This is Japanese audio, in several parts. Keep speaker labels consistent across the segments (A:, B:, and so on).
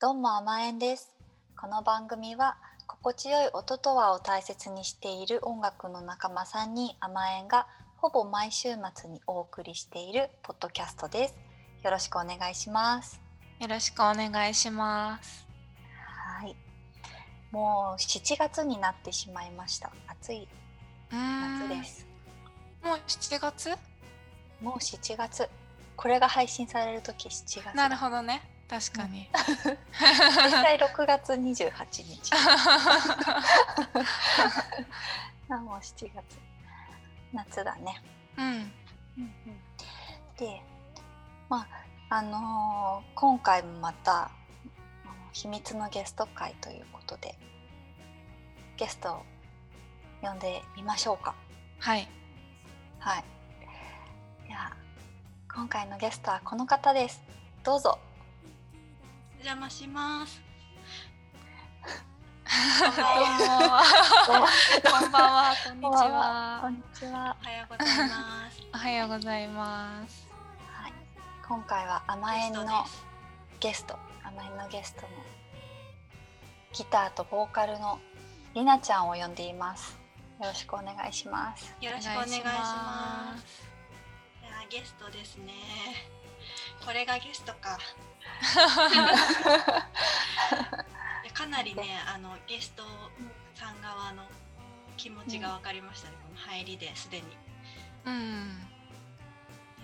A: どうも甘えんですこの番組は心地よい音とはを大切にしている音楽の仲間さんに甘えんがほぼ毎週末にお送りしているポッドキャストですよろしくお願いします
B: よろしくお願いします。
A: はい。もう7月になってしまいました暑い夏で。す
B: もう7月
A: もう7月これが配信される時7月だ
B: なるほどね。確かに。
A: 実際6月28日 なもう7月夏だね
B: うん。
A: でまああのー今回もまたあの秘密のゲスト会ということでゲストを呼んでみましょうか
B: はい。
A: はいでは今回のゲストはこの方ですどうぞ
C: 邪魔します。
B: どうも。
A: どうも
B: こんばんは。こんにち
A: こんばん こ
B: は
A: ん。にちは
C: おはようございます。
B: おはようございます。。
A: はい、今回は甘えんの
C: です
A: ゲスト甘えんのゲストのギターとボーカルのりなちゃんを呼んでいますよろしくお願いし ます
C: よろしくお願いしますす。いやーゲストですね。これがゲストか。いやかなりね、あのゲストさん側の気持ちが分かりましたね。この入りですでに
B: うん。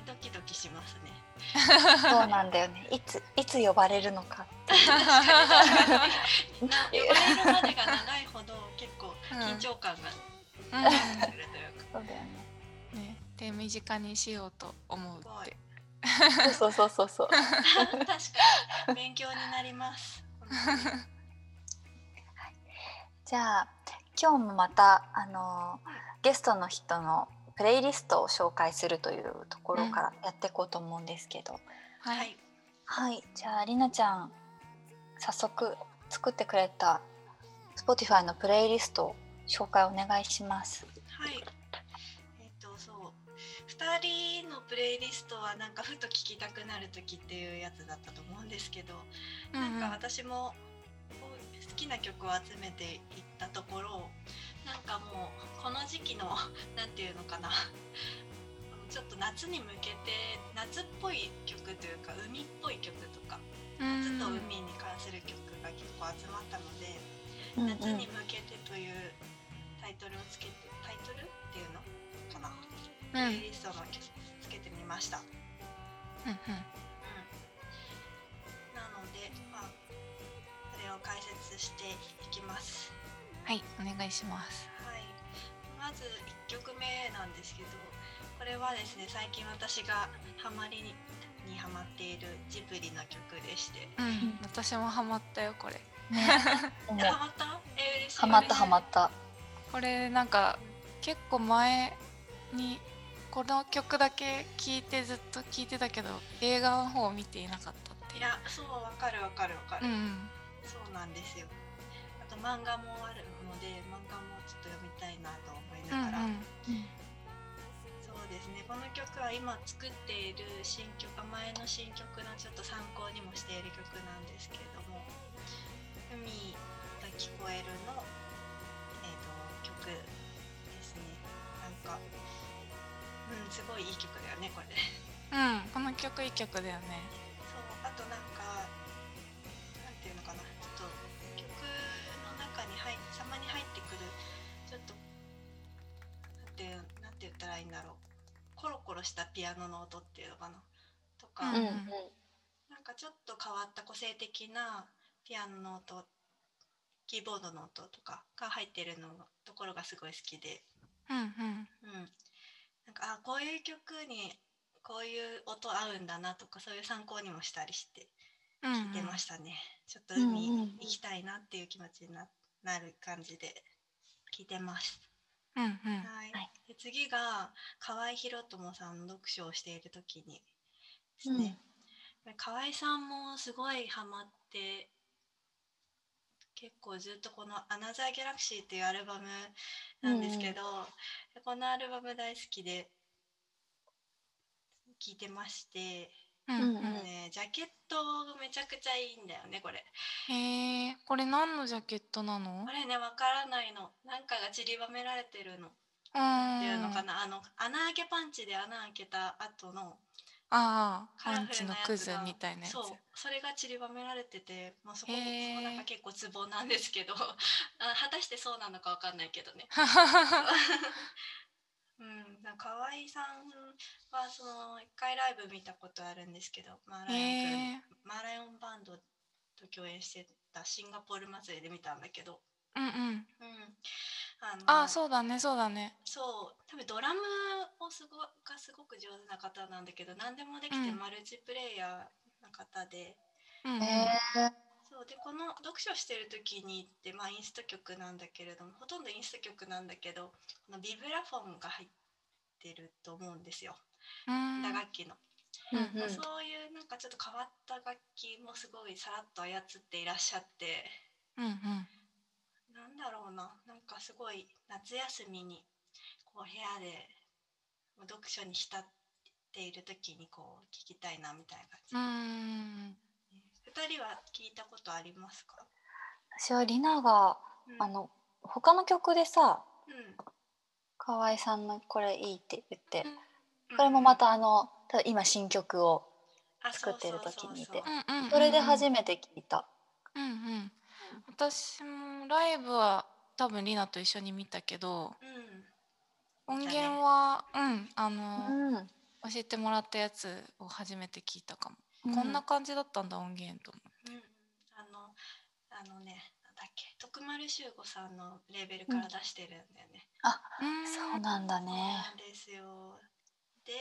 C: ドキドキしますね。
A: そうなんだよねいついつ呼ばれるのか
C: な呼ばれるまでが長いほど結構緊張感が出てくるというか。
A: そうだよね
B: うん。ね、手短にしようと思うって。
A: そうそうそうそう
C: 確かに勉強になります。
A: じゃあ今日もまたあのゲストの人のプレイリストを紹介するというところからやっていこうと思うんですけど、
B: は。
C: はいい。
A: はい、じゃありなちゃん早速作ってくれた Spotify のプレイリストを紹介お願いします。
C: はい。えっ、とそう、二人のプレイリストはなんかふと聞きたくなる時っていうやつだったと思うんですけど、
B: うんうん
C: なんか私もこう好きな曲を集めていったところ、なんかもうこの時期の なんていうのかな。ちょっと夏に向けて夏っぽい曲というか海っぽい曲とか
B: うん
C: 夏と海に関する曲が結構集まったので、
A: うん
C: 夏 に向けてというタイトルをつけてタイトルっていうのかな、
B: うんうん
C: プレイリストの曲つけてみました、うん、なのでまあそれを解説していきます
B: はい、お願いします。
C: はいまず1曲目なんですけどこれはですね最近私がハマりににハマっているジブリの曲でして
B: うん。私もハマったよこれ。
A: うん
C: ハマったえ嬉しい
A: ハマった
C: 嬉しい
A: ハマった。
B: これなんか結構前にこの曲だけ聴いてずっと聴いてたけど映画の方を見ていなかったって
C: い
B: いう。
C: やそうわかるわかるわかる、
B: うんうん、
C: そうなんですよ。あと漫画もあるので漫画もちょっと読みたいなと思い
B: うん
C: ながら、
A: うん
C: そうですねこの曲は今作っている新曲前の新曲のちょっと参考にもしている曲なんですけれども「海が聞こえるの」えー、と曲ですねなんかうんすごいいい曲だよねこれ。
B: うん、うん、この曲いい曲だよね。
C: そうあとなんかなんていうのかなちょっと曲の中に入たまに入ってくるちょっとなんていうなんて言ったらいいんだろうコロコロしたピアノの音っていうのかなとか、
B: うん
C: なんかちょっと変わった個性的なピアノの音キーボードの音とかが入ってるのところがすごい好きで、
B: うんうん
C: うん、なんかあこういう曲にこういう音合うんだなとかそういう参考にもしたりして
B: うんうん。
C: 出ましたね。ちょっと
A: うんうんう
C: 海
A: ん
C: 行きたいなっていう気持ちにななる感じで聞いてます。
B: うんうん。
C: はい
A: はい。
C: で次が河合博友さんの読書をしている時にですね。これ河合さんもすごいハマって結構ずっとこの「アナザー・ギャラクシー」っていうアルバムなんですけど、このアルバム大好きで聴いてまして
B: うん
A: うん
B: う
A: うん
B: ん
C: ねジャケットがめちゃくちゃいいんだよねこれ
B: へえこれ何のジャケットなの
C: これねわからないのなんかが散りばめられてるの
B: うんあ
C: っていうのかな、あの穴あけパンチで穴あけた後の
B: あ
C: カラ
B: パン
C: フ
B: チ
C: ル
B: の
C: な
B: ク
C: やつ
B: ズ
C: が
B: みたいなやつ
C: そうそれが散りばめられてて、まあ、そこ
B: へ
C: そ
B: ー
C: こなんか結構ツボなんですけど あ果たしてそうなのかわかんないけどねうん、なんか河合さんはその一回ライブ見たことあるんですけどマーラ
B: へ
C: イオン
B: え
C: 君マーライオンバンドと共演してたシンガポール祭りで見たんだけど、
B: うんうん
C: うん、あの
B: ああそうだねそうだね
C: そう多分ドラムをすごがすごく上手な方なんだけど何でもできて
B: うん
C: マルチプレイヤーな方で、
B: うんうん、
A: え
C: そうでこの読書してる時にって、まあ、インスト曲なんだけれどもほとんどインスト曲なんだけどこのビブラフォンが入ってると思うんですよ
B: うん
C: 打楽器の、
A: ー
B: うん
A: うん
C: そういうなんかちょっと変わった楽器もすごいさらっと操っていらっしゃって
B: うんうん
C: なんだろうな、なんかすごい夏休みにこう部屋でもう読書に浸っている時にこう聞きたいなみたいな
B: うー
C: 感
B: ん
C: じ。二、人は聞いたことありますか？
A: 私はリナが
C: うん、
A: あの他の曲でさ
C: うん、
A: 河合さんのこれいいって言って
C: うん
A: これもまたあのた今新曲を作ってる時にいて
C: あそうそうそうそ
B: うんうん
C: う
B: うんうん
A: それで初めて聞いた。
B: うんうん私もライブは多分リナと一緒に見たけど音源は、うんあの、
A: うん
B: 教えてもらったやつを初めて聞いたかも、こんな感じだったんだ音源と思って
C: うん、うん、あのあのね、なんだっけ、徳丸修吾さんのレーベルから出してるんだよね。
B: うん
A: そうなんだ
C: そう
A: ね。
C: なんですよ。で、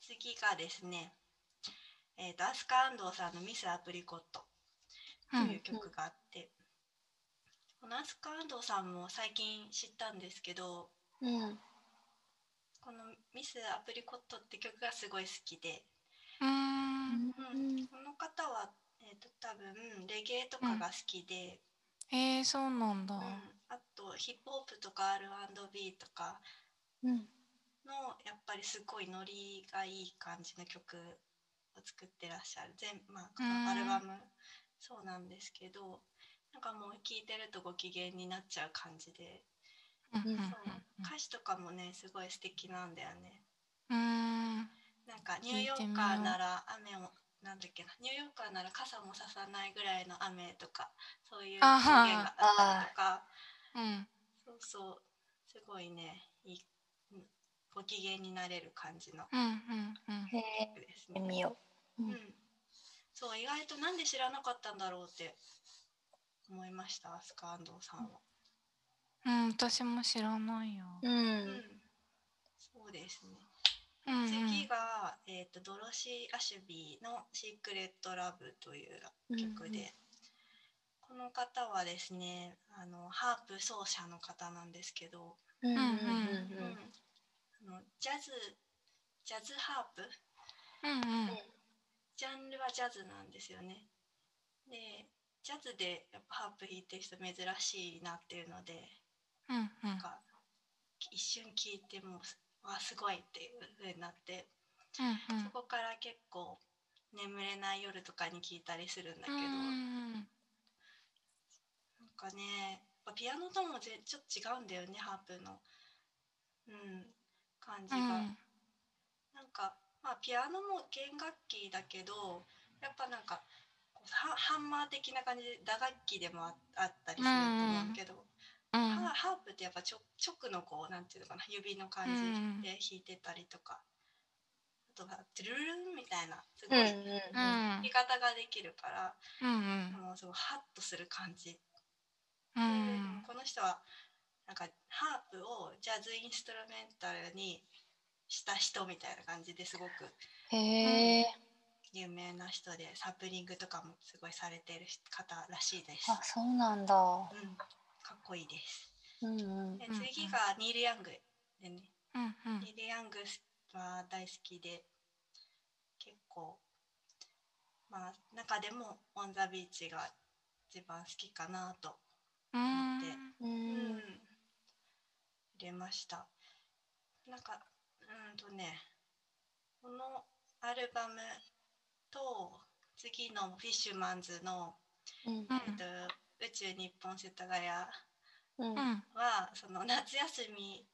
C: 次がですね、えっ、と、アスカ安藤さんのミスアプリコットという曲があって、このアスカ安藤さんも最近知ったんですけど、
A: うん
C: このミスアプリコットって曲がすごい好きで、
B: うんうん
A: うん
C: この方は、えっ、と、多分レゲエとかが好きで、
B: へえそうなんだ、
C: うんあとヒップホップとか R&B とか、
A: うん
C: のやっぱりすごいノリがいい感じの曲を作ってらっしゃる全、まあ、このアルバムそうなんですけどなんかもう聴いてるとご機嫌になっちゃう感じで、
B: うんうんうん
C: そう歌詞とかもねすごい素敵なんだよね
B: うんうん
C: なんかニュ
B: 聞
C: ー
B: い
C: ヨ
B: てみよう
C: ーカーなら雨をなんだっけなニューヨーカーなら傘もささないぐらいの雨とかそういう表現
B: あはあ
C: があったりとか
B: うん
C: そうそうすごいねいいうんご機嫌になれる感じの
B: うんうん
A: へ
C: 曲です
A: え
C: ね。
A: みよう
C: うんん、そう意外となんで知らなかったんだろうって思いました飛鳥安藤さんは。
B: うんうん私も知らないよ、
A: う。う
C: うんんそうですね、
B: うんうん、
C: 次が、えー、とドロシー・アシュビーの「シークレット・ラブ」という曲で、
A: うんうん
C: この方はですねあのハープ奏者の方なんですけど、
A: うんうん
C: うんあのジャズジャズハープ
B: うんうん
C: ジャンルはジャズなんですよね。で、ジャズでやっぱハープ弾いてる人珍しいなっていうので、
B: うんう
C: なん
B: ん
C: か一瞬聞いてもうわすごいっていう風になって、
B: うん
C: そこから結構眠れない夜とかに聞いたりするんだけ
B: う
C: ど、なん
B: ん
C: かね、やっぱピアノともぜちょっと違うんだよねハープの、うん感じ
B: う
C: が。
B: ん
C: なんか、まあ、ピアノも弦楽器だけどやっぱなんかこうハハンマー的な感じで打楽器でもああったりすると思うけど、
B: うん
C: ハハープってやっぱちょ直のこうなんていうのかな指の感
B: うん
C: じで弾いてたりとか、あとはトゥルルンみたいなすご
A: うん
C: い
A: うん
C: 弾
A: うん
C: き方ができるから、
B: うん
C: もうすごいハッとする感じ
B: う
C: で
B: ん
C: この人はなんかハープをジャズインストラメンタルにした人みたいな感じですごく
A: へえ
C: 有名な人でサプリングとかもすごいされてる方らしいです。
A: あそうなんだ。
C: うん、かっこいいです。
A: うんうん
C: で
B: うんうん
C: 次がニール・ヤングでね、
B: うんうん
C: ニール・ヤングは大好きで結構まあ中でも「オン・ザ・ビーチ」が一番好きかなと、
B: うん
A: う
C: うん入れました。なんかうんとねこのアルバムと次のフィッシュマンズの、
A: うん
B: うん
C: えっと、宇宙日本世田谷
A: うん
B: うんうん
C: はその夏休み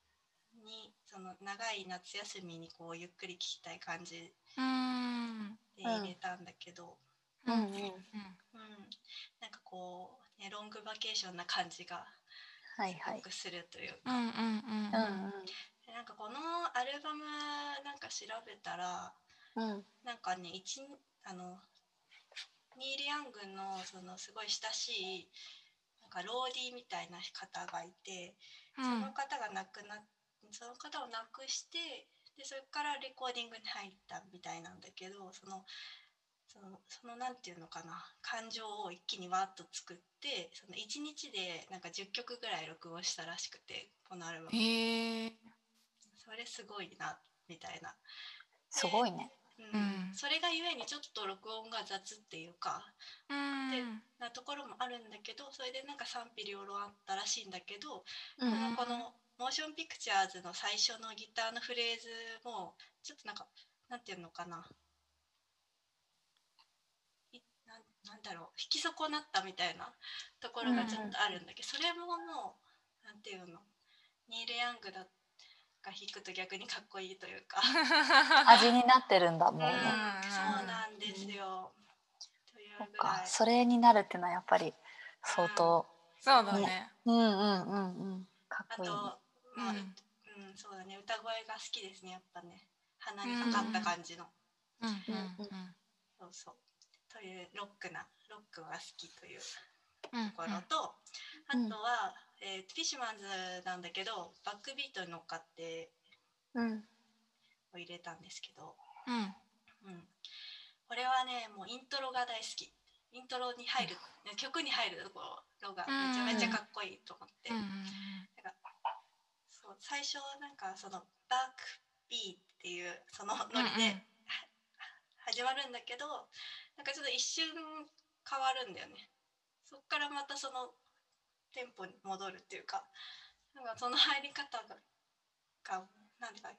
C: にその長い夏休みにこうゆっくり聴きたい感じ
B: うん
C: で入れたんだけど、
A: うんうん
C: うんなんかこう、ね、ロングバケーションな感じが
A: はいはい
C: すごくするという
B: うんうんうん
A: う
B: うん
A: ん
C: でなんかこのアルバムなんか調べたら
A: うんうん
C: なんかね一あのニール・ヤングのそのすごい親しいなんかローディーみたいな方がいてそ
B: うん
C: の方が亡くなその方を亡くしてでそれからレコーディングに入ったみたいなんだけどそのそのそのなんていうのかな感情を一気にわーっと作ってその1日でなんか10曲ぐらい録音したらしくてこのアルバム
B: へえ
C: それすごいなみたいな
A: すごいね
C: うん
B: うん
C: それがゆえにちょっと録音が雑っていうか
B: うん
C: なところもあるんだけどそれでなんか賛否両論あったらしいんだけど、
A: うん
C: このモーションピクチャーズの最初のギターのフレーズもちょっとなんかなんていうのかないなんなんだろう引き損なったみたいなところがちょっとあるんだけど、それももうなんていうのニール・ヤングだが弾くと逆にかっこいいというか。
A: 味になってるんだも
C: うんん、
A: ね
C: そうなんですよ。とい
A: そうっ
C: ぐ
A: から
C: い。
A: それになるってのはやっぱり相当
B: そうだね
A: うんうんうんうんかっ
C: あ
A: こといいね、
B: うん
C: まあ、うん、そうだね、歌声が好きですね、やっぱね。鼻にかかった感じの。
B: うんうん
C: そうそう。というロックな、ロックが好きという
B: うん
C: ところと、
A: うん
C: あとは、えーフィッシュマンズなんだけど、バックビートに乗っかって
A: うん
C: を入れたんですけど、
B: うん
C: うん。これはね、もうイントロが大好き。イントロに入る、曲に入るところがめちゃめちゃかっこいいと思って。
B: う
C: そう最初なんかそのバックビーっていうそのノリで始まるんだけど、なんかちょっと一瞬変わるんだよねそっからまたそのテンポに戻るっていうかなんかその入り方ががなんていうか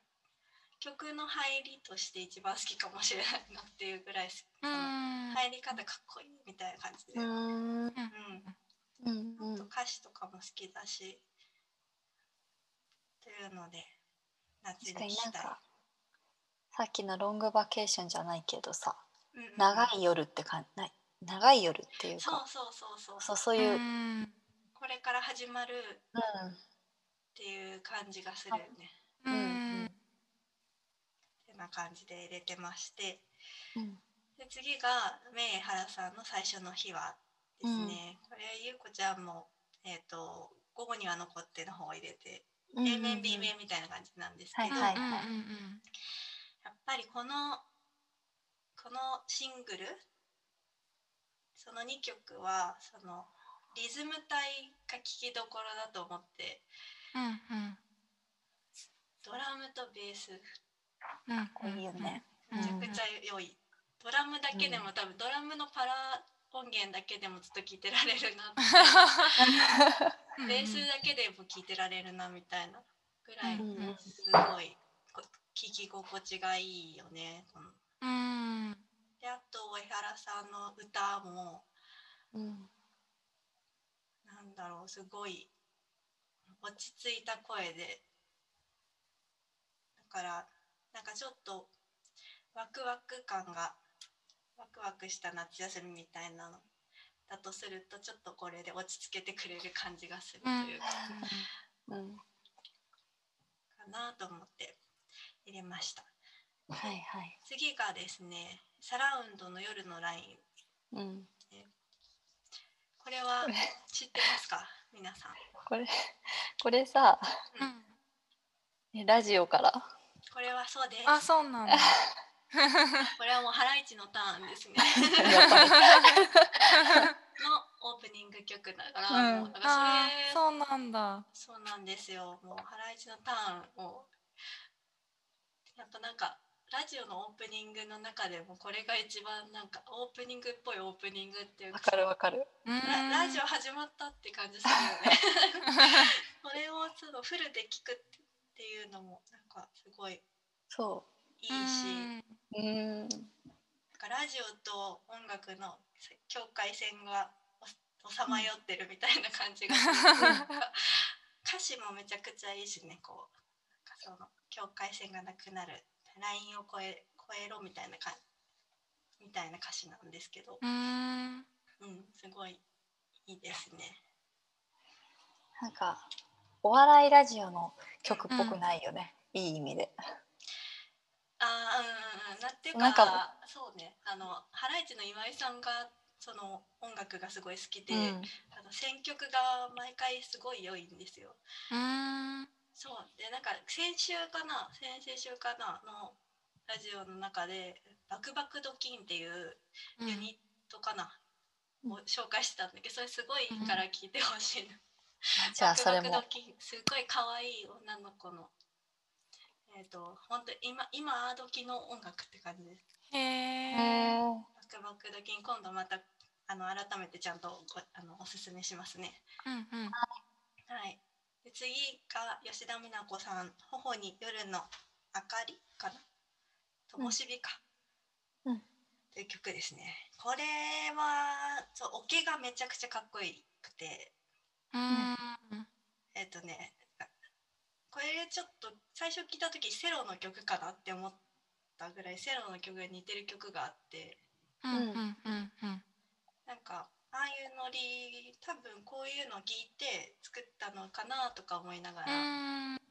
C: 曲の入りとして一番好きかもしれないなっていうぐらい好きその
B: ん
C: 入り方かっこいいみたいな感じで、うん
A: んうん
C: あと歌詞とかも好きだし、というので夏
A: 確か
C: に
A: に
C: 来
A: なん
C: たい
A: かさっきのロングバケーションじゃないけどさ
C: うんうん
A: 長い夜ってかない長い夜っていう
C: そう
A: か
C: そうそうそう
A: そうそう
B: う
A: いう、うん
B: ん
C: これから始まるっていう感じがするよね
B: う
A: うん
B: ん
C: てな感じで入れてまして
A: うん
C: で次がメイ原さんの最初の日はですね、これゆうこちゃんもえっ、と午後には残っての方を入れて、
A: うんうん
C: A 面 B 面みたいな感じなんですけど、
A: はいはい
C: やっぱりこのこのシングルその2曲はそのリズム体が聴きどころだと思ってドラムとベース
B: かっ
A: こういうね。
C: めちゃくちゃ良い、ドラムだけでも、多分ドラムのパラ音源だけでもずっと聴いてられるな ってベースだけでも聴いてられるなみたいなぐらい
A: うんうん
C: すごいこ聴き心地がいいよね。この
B: うん
C: であと江原さんの歌も
A: うん
C: なんだろうすごい落ち着いた声でだからなんかちょっとワクワク感がワクワクした夏休みみたいなのだとするとちょっとこれで落ち着けてくれる感じがするというか,、
A: うん
C: なと思って入れました
A: はいはい
C: 次がですねサラウンドの夜のライン
A: うん
C: これは
A: これ
C: 知ってますか皆さん
A: これこれさねラジオから
C: これはそうです
B: あそうなんだ
C: これはもうハライチのターンですね
A: やっぱり
C: のオープニング曲だから、
A: うん
C: もうだか
B: あ
C: らそれ
B: そうなんだ
C: そうなんですよもうハライチのターンをやっぱなんかラジオのオープニングの中でもこれが一番なんかオープニングっぽいオープニングっていう
A: わかるわかる
C: ララジオ始まったって感じするよねこれをちょっとフルで聞くっていうのもなんかすごい
A: そ
C: いいし、
A: うん
C: なんかラジオと音楽の境界線がさまよってるみたいな 感じがする歌詞もめちゃくちゃいいしねこうなんかその境界線がなくなるラインを越え越えろみたいな感みたいな歌詞なんですけど、
B: うんうん
C: うん、すごいいいですね。
A: なんかお笑いラジオの曲っぽくないよね、いい意味で。
C: あーうんうんうんなっていうか
A: なんか
C: そうねあのハライチの岩井さんがその音楽がすごい好きで、
A: うん
C: あの選曲が毎回すごい良いんですよ。
B: うん
C: そうでなんか先週かな先々週かなのラジオの中で「バクバクドキン」っていう
B: う
C: ユ
B: ん
C: ニットかな、
A: うん
C: を紹介してたんだけどそれすごいから聞いてほしいな。
A: じゃあそれ
C: バクバ
A: も
C: クドキンすごい可愛い女の子のえっ、と本当今今時の音楽って感じです。
B: へ
A: へ
B: え
A: ー
C: バクバクドキン今度またあの改めてちゃんとごあのおすすめしますね。
B: うんうん
C: はい。で次が吉田美奈子さん、頬に夜の明かりかな。ともしびか。
A: うん
C: という曲ですね。これは、そう、オケがめちゃくちゃかっこよくて、
B: うん
C: えっ、とね。これちょっと最初聞いた時セロの曲かなって思ったぐらいセロの曲が似てる曲があって
B: うんうんうんうん
C: なんかああいうノリ多分こういうの聞いて作ったのかなとか思いながら
B: うん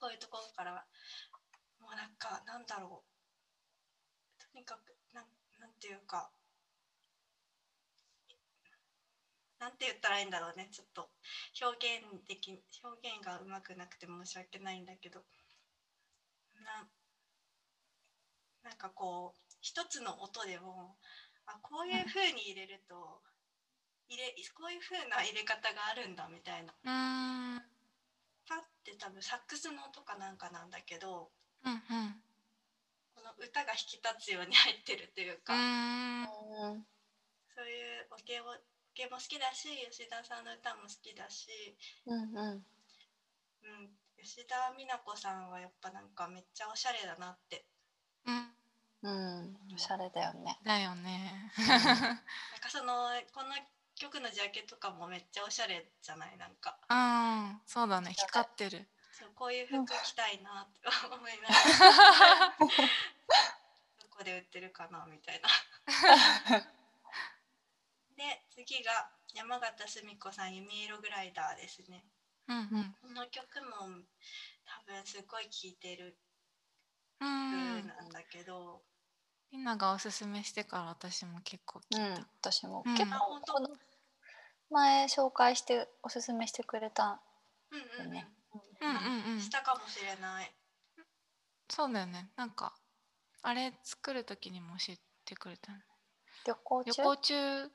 C: こういうところからもうなんかなんだろうとにかくなんなんていうかなんて言ったらいいんだろうねちょっと表現でき表現がうまくなくて申し訳ないんだけどななんかこう一つの音でもあこういう風に入れると入れこういう風な入れ方があるんだみたいな
B: うん
C: パッて多分サックスの音かなんかなんだけど
B: うんうん
C: この歌が引き立つように入ってるというか、
B: う
A: う
B: ん
A: ん
C: そういうおけをおけも好きだし吉田さんの歌も好きだし、
A: うんうん
C: うん、吉田美奈子さんはやっぱなんかめっちゃおしゃれだなって
B: うん
A: うん、おしゃれだよね。
B: だよね
C: なんかそのこの曲のジャケットとかもめっちゃおしゃれじゃないなんか
B: うんそうだね光ってる
C: そうこういう服着たいなって思いながらどこで売ってるかなみたいな。で次が山形すみ子さん「弓色グライダー」ですね。
B: うんうん
C: この曲も多分すごい聴いてる
B: う
C: 風
B: ん
C: なんだけど、
B: みんながおすすめしてから私も結構
A: う
B: 聞い
A: ん
B: た、
A: 私も
B: うん
A: 結
C: あ
A: 構
C: 本当
A: この前紹介しておすすめしてくれた。
C: うんうん
A: ね
B: うんうんうん
C: したかもしれない。
B: そうだよねなんかあれ作る時にも教えてくれたの
A: 旅行
B: 旅
A: 中
B: 行中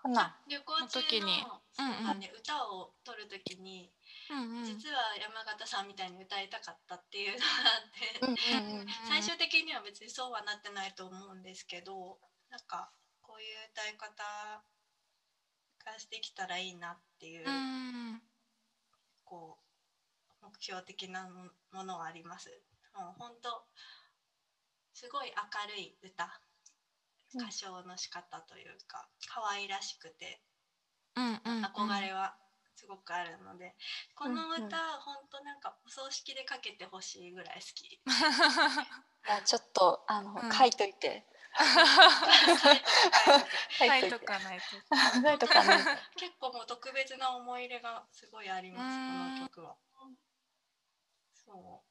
A: かな。
C: 旅行中の
B: の時に
C: そう
B: うんうん
C: だね歌を撮る時に、
B: うんうん
C: 実は山形さんみたいに歌いたかったっていうのがあって、
A: うん
B: うんうん
C: 最終的には別にそうはなってないと思うんですけどなんかこういう歌い方がしてきたらいいなっていう、
B: うん
C: こう目標的なものはあります。もう本当すごい明るい歌
A: うん
C: 歌唱の仕方というか可愛らしくて
B: うんうん
C: 憧れはすごくあるので、この
A: うんうん
C: 歌本当なんかお葬式でかけてほしいぐらい好き。
A: いやちょっとあの、
B: うん
A: 書いとい て。書
B: タ
A: いと
B: イと
A: いて。
B: かないと
A: 書いとかね。
C: 結構もう特別な思い入れがすごいあります
B: う
C: この
B: ん
C: 曲は。そ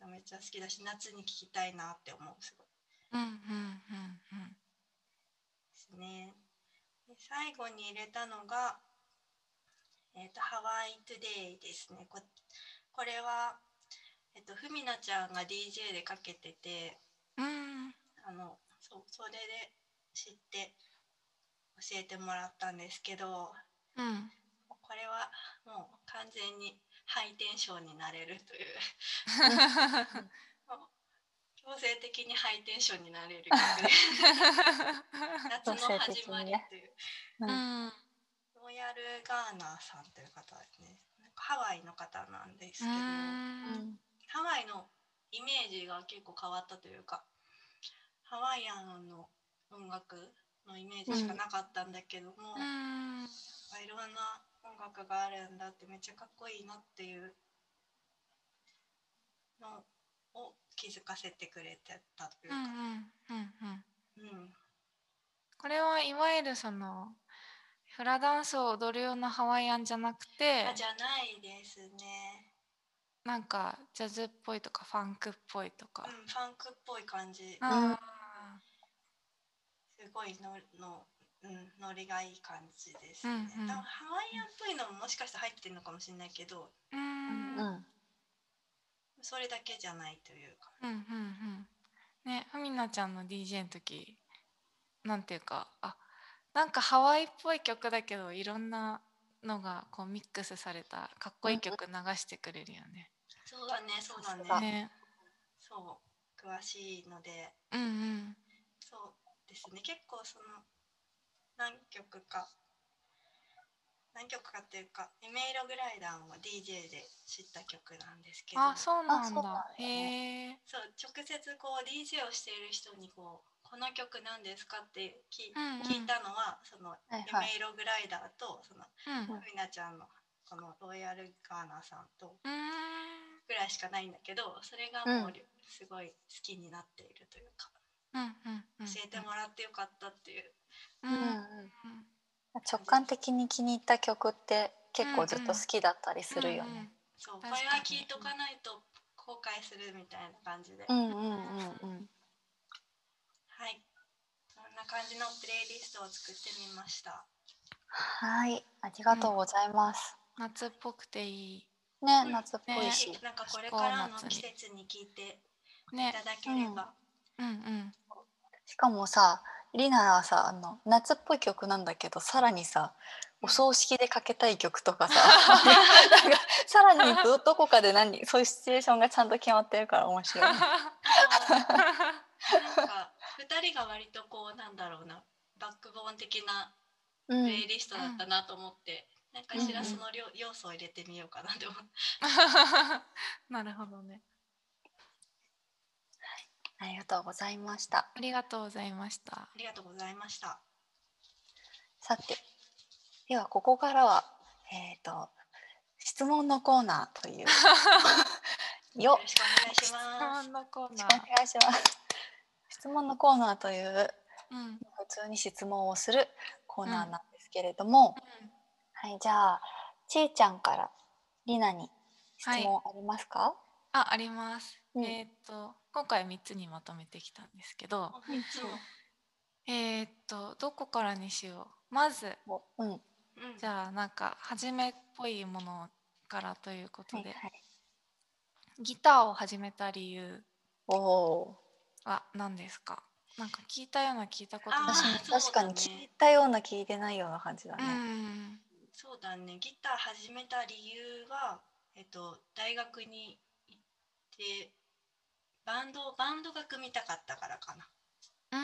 C: うめちゃめちゃ好きだし夏に聴きたいなって思うすごい
B: うんうんうん
C: ですね。で最後に入れたのが「えー、とハワイ・トゥデイ」ですね。ここれは、えっとふみなちゃんが DJ でかけてて
B: うんうん
C: あのそうそれで知って教えてもらったんですけど
B: うん
C: これはもう完全にハイテンションになれるというもう強制的にハイテンションになれる曲で夏の始まりという
A: う
B: うんん
C: ロイヤル・ガーナーさんという方ですねなんかハワイの方なんですけど、
B: うん
A: うん
C: ハワイのイメージが結構変わったというかハワイアンの音楽のイメージしかなかったんだけども、
B: うーん
C: あいろんな音楽があるんだってめっちゃかっこいいなっていうのを気づかせてくれてたという
B: うんうん
C: か、
B: うんうん
C: うん
B: これはいわゆるそのフラダンスを踊るようなハワイアンじゃなくて
C: あじゃないですね、
B: なんかジャズっぽいとかファンクっぽいと
C: う
B: か、
C: ん、ファンクっぽい感じ
B: あ
C: すごいのの、うん、ノリがいい感じですね、
B: うんうん
C: 多分ハワイアンっぽいのももしかしたら入ってるのかもしれないけど
B: ーうーん
A: う
B: うん
A: ん
C: それだけじゃないというか
B: うんうんねふみなちゃんの DJ の時なんていうかあなんかハワイっぽい曲だけどいろんなのがこうミックスされたかっこいい曲流してくれるよね。
C: そうだねそうだね
A: あ
B: ね
C: そう詳しいので
B: うんうん
C: そうですね結構その何曲か何曲かっていうか「イメイログライダー」は DJ で知った曲なんですけど
B: あそうなん
A: あそ
B: だ。
A: うなんだ
B: へえ。
C: そう直接こう DJ をしている人にこう「この曲なんですか?」って聞,、
B: うんうん
C: 聞いたのはその「
A: はい
C: イ
A: はい
C: メイログライダーと」その
B: うんう
C: ふみなちゃんのこのロイヤルガーナさんと
B: ーん
C: ぐらいしかないんだけどそれがも
A: う
C: うんすごい好きになっているというか、
B: うんうんうん。
C: 教えてもらってよかったっていう
B: う
A: うん
B: んうん
A: うん直感的に気に入った曲って結構ずっと好きだったりするよね。
C: そうこ
B: 確
C: れ
B: かに
C: は聞いとかないと後悔するみたいな感じで、
A: う
C: は
A: んうんうん
C: いそんな感じのプレイリストを作ってみました
A: はい、ありがとうございます。
B: 夏っぽくていい。
A: ね
C: う、ん
A: 夏っぽいし、
C: なんかこれからの季節に聞いてい
B: ね
C: た。だければ、
B: うんうん。
A: しかもさ、リナはさ、あの夏っぽい曲なんだけど、さらにさ、お葬式でかけたい曲と かさ、なんかさらにどどこかで何そういうシチュエーションがちゃんと決まってるから面白いね。
C: なんか2人が割とこうなんだろうなバックボーン的な
A: う
C: プ
A: ん、
C: レイリストだったなと思って、なんかしらそのりょ要素を入れてみようかなと思って、
B: なるほどね。
A: ありがとうございました。
B: ありがとうございました。
C: ありがとうございました
A: さて、ではここからは、えっ、と、質問のコーナーと いう。よ
C: よろしくお願いしま
B: 質問
C: す
B: のコー
A: お
B: ナー。
A: 願いします。質問のコーナーという、
B: うん。
A: 普通に質問をするコーナーなんですけれども、はい、じゃあ、ちいちゃんからりなに質問ありますか、
B: あ、あります。
A: うん
B: えーっと、今回三つにまとめてきたんですけど。
C: いつも、
B: えーっと、どこからにしよう。まず、
A: おうん、は
C: うん、
B: じゃあ、なんか、初めっぽいものからということ
A: い
B: で。
A: はい。
B: ギターを始めた理由
A: おお
B: は何ですか。なんか聞いたような聞いたこと
A: ー、
B: ない
A: 私
C: あ
A: も
C: ーそうだね
A: 確かに聞いたような聞いてないような感じだ
B: う
A: ね。
B: ん。
C: そうだねギター始めた理由は、えっと、大学に行ってバンドバンドが組みたかったからかな
B: う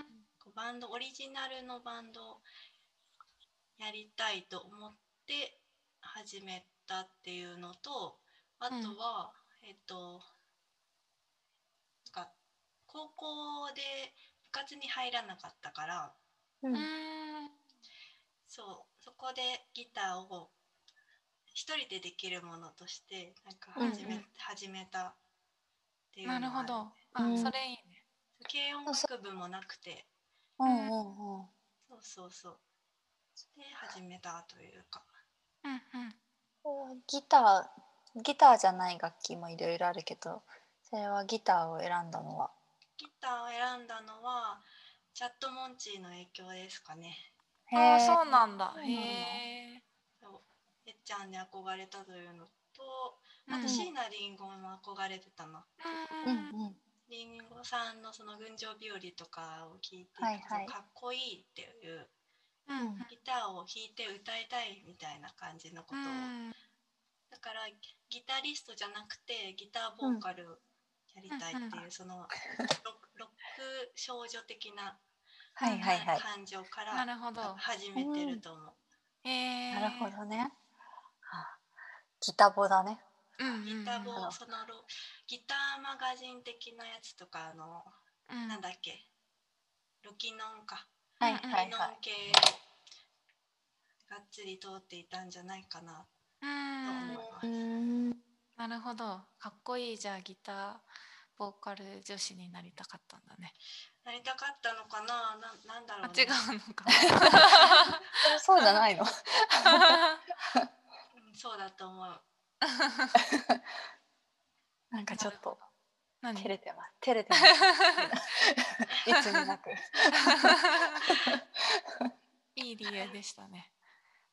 B: ん。
C: こうバンドオリジナルのバンドをやりたいと思って始めたっていうのとあとは、えっとなんか高校で部活に入らなかったから
A: うん
B: う、ん。
C: そうそこでギターを一人でできるものとしてなんか
A: うんうん
C: 始め,、始めたっていうの
B: なる
C: があ
B: ほど。あ、
A: うん
B: それいいね。
C: 軽音楽部もなくて
A: うん、うん、うん。
C: そうそうそうで始めたというか
B: うん
A: ギターギターじゃない楽器もいろいろあるけどそれはギターを選んだのは
C: ギターを選んだのはチャットモンチーの影響ですかね
B: うん。ああ、そう
A: へ
B: なんだ
A: そ。うなの
B: へえ。
C: そうえっちゃんに憧れたというのとあ
B: うん
C: と椎名林檎も憧れてたな
A: ーう
B: うん
A: う
B: んうん
A: ん
C: りんごさんのその群青日和とかを聞いて、
A: はいはい
C: かっこいいっていう
B: うんうん
C: ギターを弾いて歌いたいみたいな感じのことを、だからギタリストじゃなくてギターボーカルやりたいっていう、そのロロック少女的な
A: はいはいはい
C: 感情か
B: な
C: ら
B: るほど。
C: 始めてると思う。
B: へえ。
A: なるほ。どねはあギタボだね
B: うんうんうん
C: ギター
A: うんう
C: 本
A: ん
C: そのロギターマガジン的なやつとかあの、
B: うん
C: なんだっけロキノンか
A: はい
B: うんうん
A: はい
C: ロキノ
A: はい
C: ン系がっつり通っていたんじゃないかな
B: う
C: と思い
B: ん
C: ます。
A: うん
B: なるほどかっこいいじゃあギターボーカル女子になりたかったんだね
C: なりたかったのかなななんだろ
B: あ
C: う、
B: 違うの か
A: でもそうじゃないの
C: うんそうだと思う。
A: なんかちょっと
B: 何
A: 照れてます照れてます いつになく
B: いい理由でしたね。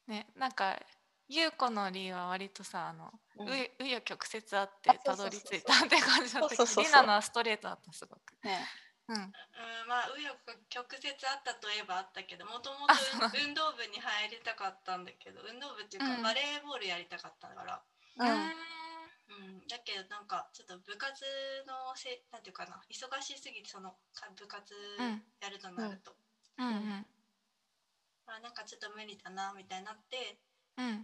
B: ね、なんか優子の理由は割とさあの、
A: う
B: うん紆余曲折あっ
A: あ
B: てたどり着いたって感じだった
A: そうそうそ
B: けど
A: う
B: りなのはストレートだったすごく。
A: ね
B: うん、
C: うん、まあ紆余曲折あったといえばあったけどもとも
B: あ
C: と
B: そうなんだ
C: 運動部に入りたかったんだけど運動部っていうか
B: うん
C: バレーボールやりたかったから、
A: うん
B: うーん
C: うんだけどなんかちょっと部活のせなんていうかな忙しすぎてそのか部活
B: うん
C: やるとなると、
B: うんうん
C: あなんかちょっと無理だなみたいになって
B: うん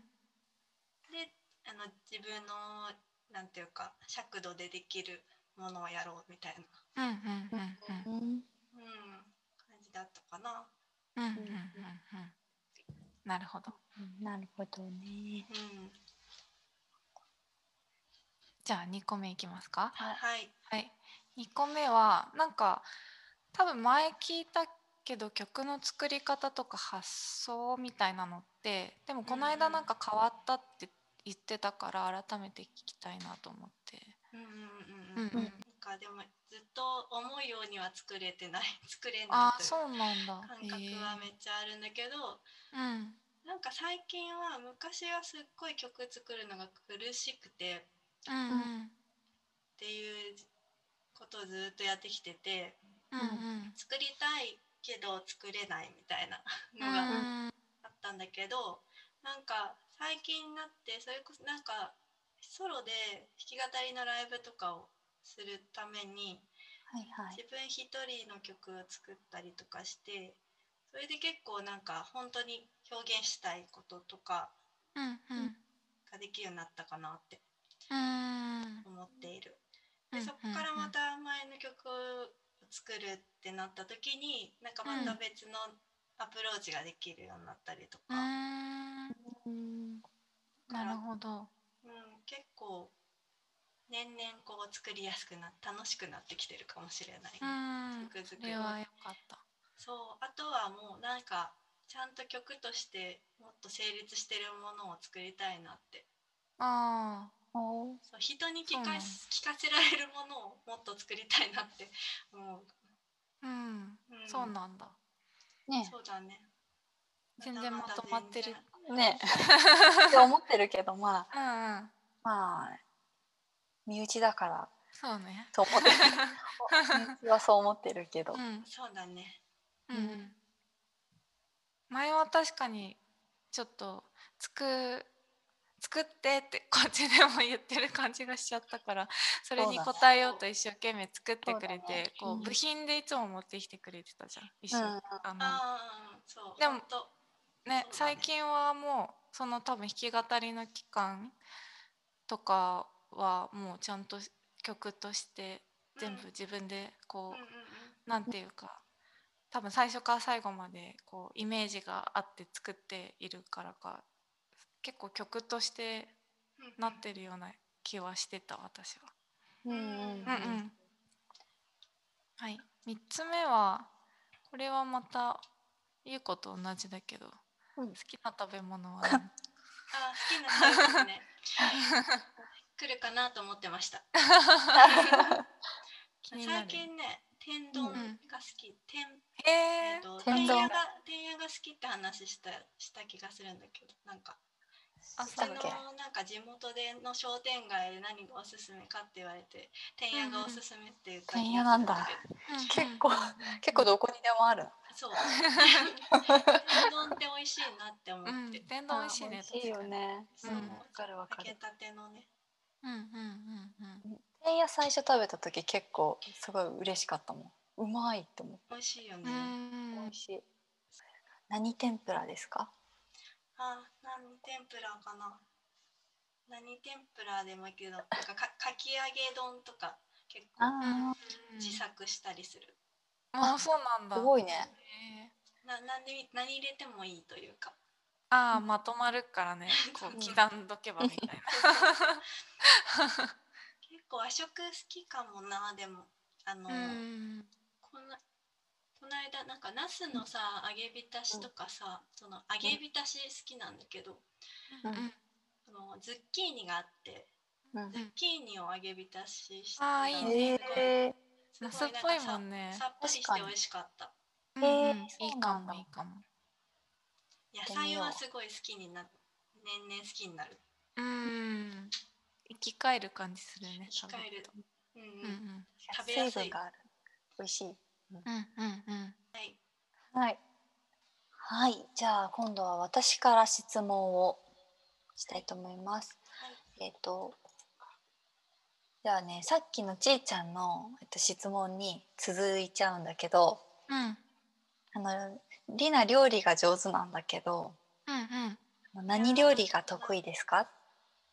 C: であの自分のなんていうか尺度でできるものをやろうみたいな、
B: うんうんうんうん
A: うん
C: うん、感じだったかな。
B: うんうんうんうんなるほど。
A: なるほどね
C: うん、
B: じゃあ2個目いきますか。
A: はい
C: はい、
B: はい、2個目はなんか多分前聞いたけど曲の作り方とか発想みたいなのってでもこの間なんか変わったって言ってたから改めて聞きたいなと思って。
C: うんうん
B: う
C: うんん
B: う
C: うんん、なんかでもずっと思うようには作れてない作れな
B: あ
C: い
B: ー
C: と
B: そうなんだ。
C: いう感覚はめっちゃあるんだけど、
B: えーうん
C: なんか最近は昔はすっごい曲作るのが苦しくてっ
B: うんうん
C: ていうことをずっとやってきてて
B: うんうん
C: 作りたいけど作れないみたいな
B: うん
C: のがあったんだけどなんか最近になってそれこそなんかソロで弾き語りのライブとかをするために
A: はいはい
C: 自分一人の曲を作ったりとかしてそれで結構なんか本当に表現したいこととか
B: うんうん
C: ができるようになったかなって
B: うん
C: 思っている。
B: う
C: で
B: ん
C: そこからまた前の曲を作るってなった時になんかまた別のアプローチができるようになったりとか、
B: うんうん
A: うん
B: なるほど。
C: うん、結構年々こう作りやすくな楽しくなってきてるかもしれない。
B: うん
C: 曲
B: そ
C: 作り
B: れはよかった。
C: そうあとはもうなんかちゃんと曲としてもっと成立してるものを作りたいなって
B: ああ。
A: おー
C: そう人に聞
B: そう
C: か
B: なん
C: す聞かせられるものをもっと作りたいなって思う、
B: うん、
C: うん
B: そうなんだ。
A: ね
C: そうだね
B: 全然まとまってる。
A: ねって思ってるけどまあ
B: うんうん。
A: まあ身内だから
B: そうね。
A: と思ってる 身内はそう思ってるけど、
B: うん。
C: そうだね
B: うんう。
A: うん
B: 前は確かにちょっと作作ってって こっちでも言ってる感じがしちゃったからそれに
A: そうだね
B: 応えようと一生懸命作ってくれ
A: そうだね
B: てこ
A: うん
B: う部品でいつも持ってきてくれてたじゃん一緒
A: う
B: に
A: ん
B: あの
C: ああそう
B: でも
C: ほんと
B: ね
C: そうだね
B: 最近はもうその多分弾き語りの期間とかはもうちゃんと曲として全部自分で
C: う
B: こ
C: ん
B: う
C: うんうん
B: なんていうか多分最初から最後までこうイメージがあって作っているからか結構曲として
C: うんうん
B: なってるような気はしてた私は。
A: うん
B: うん うん、はい3つ目はこれはまたゆう子と同じだけど、
A: うん
B: 好きな食べ物は何
C: あー好きな人です ね来るかなと思ってました
B: 気にな
C: 最
B: る。
C: 近ね天丼が好き、天え
B: え
C: っ
B: ー、
C: と
A: 天
C: 天
A: 丼
C: 野が天野が好きって話したした気がするんだけどなんか
A: あ
C: うち
A: そうだっけ
C: のなんか地元での商店街で何がおすすめかって言われて天野がおすすめって言った気がするだけど、
A: 結構結構どこにでもある
C: そう天丼って美味しいなって思っ
B: う
C: て、
B: ん、天丼美味しいね。
A: あ美味しいよね
C: そう
B: うん
A: わかるわか
C: 揚げ
A: る
C: たてのね
B: 確かに。うんうんうんうん。
A: 天野最初食べた時結構すごい嬉しかったもんうまいって思
C: 美味しいよね、
B: う
C: あ
A: って美
B: ん
A: 味しい、何天ぷらですか
C: あ何天ぷらかな何天ぷらでもいいけどなんかかかき揚げ丼とか結構
A: ああ
C: 自作したりする、
B: もうそうなんだ
A: すごいね
B: へえ
C: な何で何入れてもいいとい うか
B: ああまとまるからねこ
C: う
B: うん刻んどけばみたいな
C: 結構和食好きかもなでもあ の、
B: うん
C: こんなこの間なんかナスのさ揚げ浸しとかさ、その揚げ浸し好きなんだけど、
B: う
A: うん
B: ん
C: あのズッキーニがあって
A: うん
C: ズッキーニを揚げ浸しして
B: あーいいね
A: えー
C: すご
B: 夏っぽいもんね
C: なんかささっぱりして美味しかった
B: うん
A: へえ
B: うんい
A: そ
B: いうか
A: なんだ
B: もいいかも
C: 野菜はすごい好きになる年々好きになる
B: うん生き返る感じするね
C: 生き返る
B: 食
C: うんう
B: べると
C: ん、
B: うん
C: 食べやすい
A: 成分がある美味しい
B: うんうんうん
C: はい
A: はいはいじゃあ今度は私から質問をしたいと思います
C: はい
A: えっ、とじゃあねさっきのちいちゃんの、えっと、質問に続いちゃうんだけど
B: うん
A: あのりな料理が上手なんだけど
B: うんうん
A: 何料理が得意ですか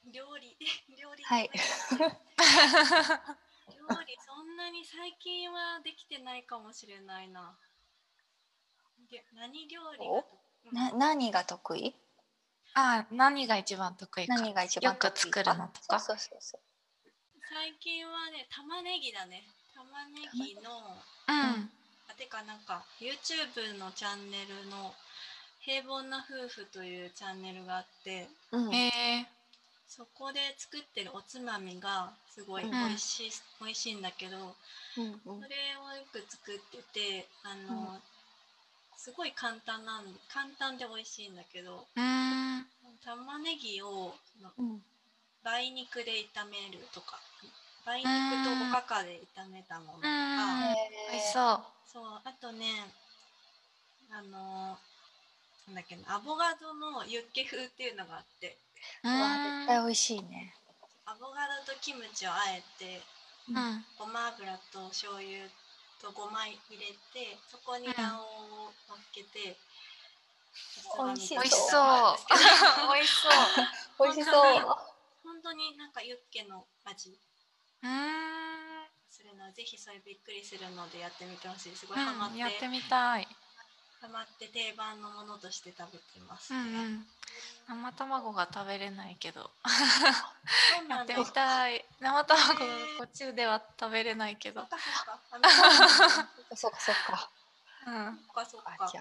C: 料理 料理
A: はい
C: 料理そんなに最近はできてないかもしれないなで何料理が
A: お
C: うん
A: な何が得意
B: ああ何が一番得意か
A: 何が一番
B: よく
A: 得意
B: 作るのとか
A: あそうそうそう
C: 最近はね玉ねぎだね玉ねぎの
B: うん
C: あてかなんか YouTube のチャンネルの「平凡な夫婦」というチャンネルがあって
A: そう、うん、
B: へえ
C: そこで作ってるおつまみがすごい
A: うん
C: 美味しい、美味しいんだけど
A: うんう
C: そ
A: ん
C: れをよく作っててあの、すごい簡単なん簡単で美味しいんだけど
B: うん
C: 玉ねぎをその
A: うん
C: 梅肉で炒めるとか梅肉とおかかで炒めたものとか。
B: うん美味しそう
C: そうあとねあのーなんだっけなアボガドのユッケ風っていうのがあって
B: う
A: うわ絶対
B: ん
A: 美味 しいね
C: アボガドとキムチをあえて
B: うん
C: ごま油と醤油とごま入れてそこに卵黄を乗っけ
A: う
C: て、
A: ん美味し
B: 美味し
A: そ
B: そうう
C: う
B: 美味しそう
A: 美味しそう
C: 本当に本当になんかユッケの味
B: うん
C: するのでぜひそれびっくりするのでやってみてほしいすごいハマっ
B: うん
C: て,、
B: やってみたい
C: ハマって定番のものとして食べてます、
B: うんうん生卵が食べれないけど
C: そう
B: や
C: な
B: っ
C: ん
B: て
C: だ
B: みたい生卵がこっちでは食べれないけ
C: そ
B: ど
C: っかそっか。
A: そっかそっか
B: うん
C: そっかそっ
A: あ
C: か
A: じゃ。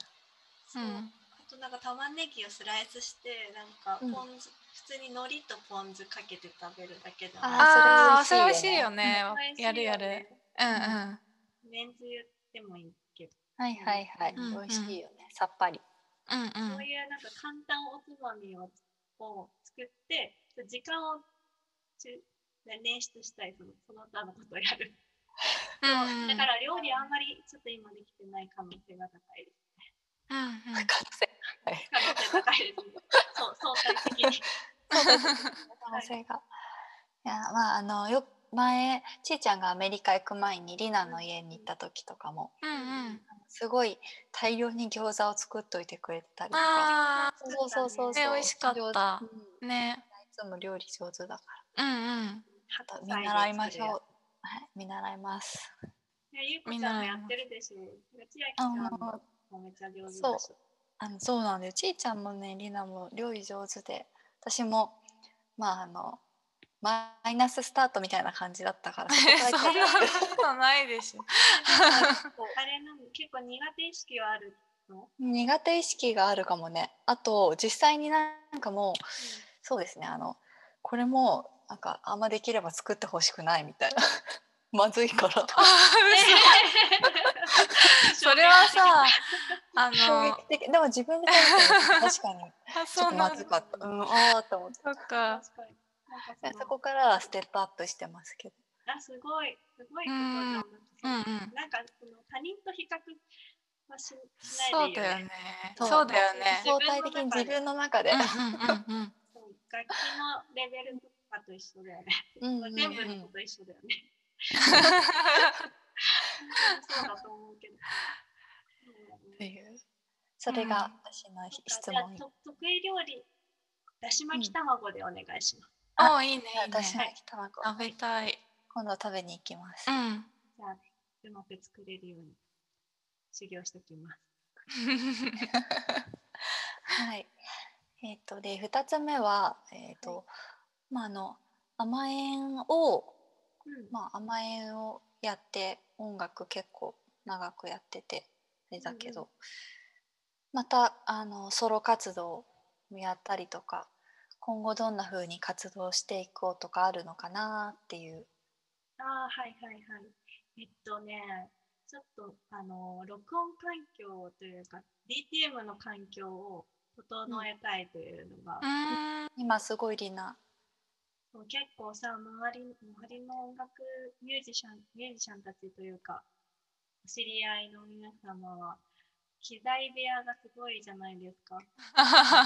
C: そう
B: うん
C: あとなんか玉ねぎをスライスしてなんかポン酢、普通に海苔とポン酢かけて食べるだけでも
A: あ
B: ああー
A: そ
B: そ
A: れ
B: れ
A: 美味し
B: 美味し
A: い
B: い
A: よ
B: よね
C: 美味しい
B: や
C: よ
B: る
C: ね
B: やるうんうん
C: めんつゆでもいいけど、
A: あはいはいはい、
B: うんうん
A: 美味しいよねさっぱり
B: うんう
C: そういうなんか簡単おつまみをを作ってちょっと時間をちゅ捻出したいそのその他のことをやる、
B: ん
C: だから料理あんまりちょっと今できてない可能性が高いです
B: うんうん
A: 完
C: 可能性高いですねそう相対的に
A: 成可能性が、い、やまああのよ前ちいちゃんがアメリカ行く前にリナの家に行った時とかも
B: うんうん
A: すごい大量に餃子を作っといてくれてたりとか
B: あ
A: そうそうそうそう、
B: ね美味しかった
A: 餃子うんい
B: ーね
A: つも料理上手だから
B: うんうん
A: ちょっと見
C: 白菜で
A: 習いましょう
C: 作るやつ
A: はい見習います
C: ねゆうこちゃんもやってるでしょ。千秋ちゃ
A: あ
C: んも
A: の
C: めっちゃ上手だし。
A: そうあのそうなんだよちいちゃんもねりなも料理上手で私もまああのマイナススタートみたいな感じだったから そこ
B: そ
A: から
B: んなことないで しょ
C: あれなん結構苦手意識はあるの。
A: 苦手意識があるかもねあと実際になんかもうそうですねあのこれもなんかあんまできれば作ってほしくないみ たいなまずいから
B: あー嘘それはさあ
A: 衝
B: の
A: 撃的でも自分で食べても確かに
B: あ
A: ちょっ
B: そう
A: と
B: な
A: ま
B: ん
A: ず
B: だ
A: かったうんああと思って
B: そっか
C: 確かに。な
A: でそ
C: んかその
A: こからはステップアップしてますけど
C: あすごいすごい
B: う
C: ことだ
B: んう
C: な。
B: ん
C: なんかその他人と比較はししな
B: そ
C: いうでいい
B: だ
C: よ
B: よ
C: ね。
B: ねそうだよね
A: 相対的に自分の中で、
B: うんうんうんうん
C: そう楽器のレベルとかと一緒だよね。
A: うんうんうん
C: 全部のこと一緒だよね。 そうだと思うけど。うん
A: っていうそれが私の質
C: じゃあ
A: 問、
C: と得意料理だし巻き卵でお願いします。
B: おーいいねいい
A: 私の
B: ね
A: 焼き卵、
B: 食べたい
A: 今度食べに行きます
B: う。ん
C: じゃあ、ね、うまく作れるように修行しておきます。
A: はい。えっ、とで二つ目はえっ、と、
C: は
A: まああの甘えんを
C: うん
A: まあ甘えんをやって音楽結構長くやっててあれだけど、
C: うん
A: またあのソロ活動もやったりとか今後どんな風に活動していこうとかあるのかなっていう。
C: ああ、はいはいはい。えっとね、ちょっと、あの、録音環境というか、DTM の環境を整えたいというのが
B: う、 ーん
A: 今すごいリナ
C: そう結構さ、周り、周りの音楽ミュージシャン、ミュージシャンたちというか、お知り合いの皆様は、機材部屋がすごいじゃないですか。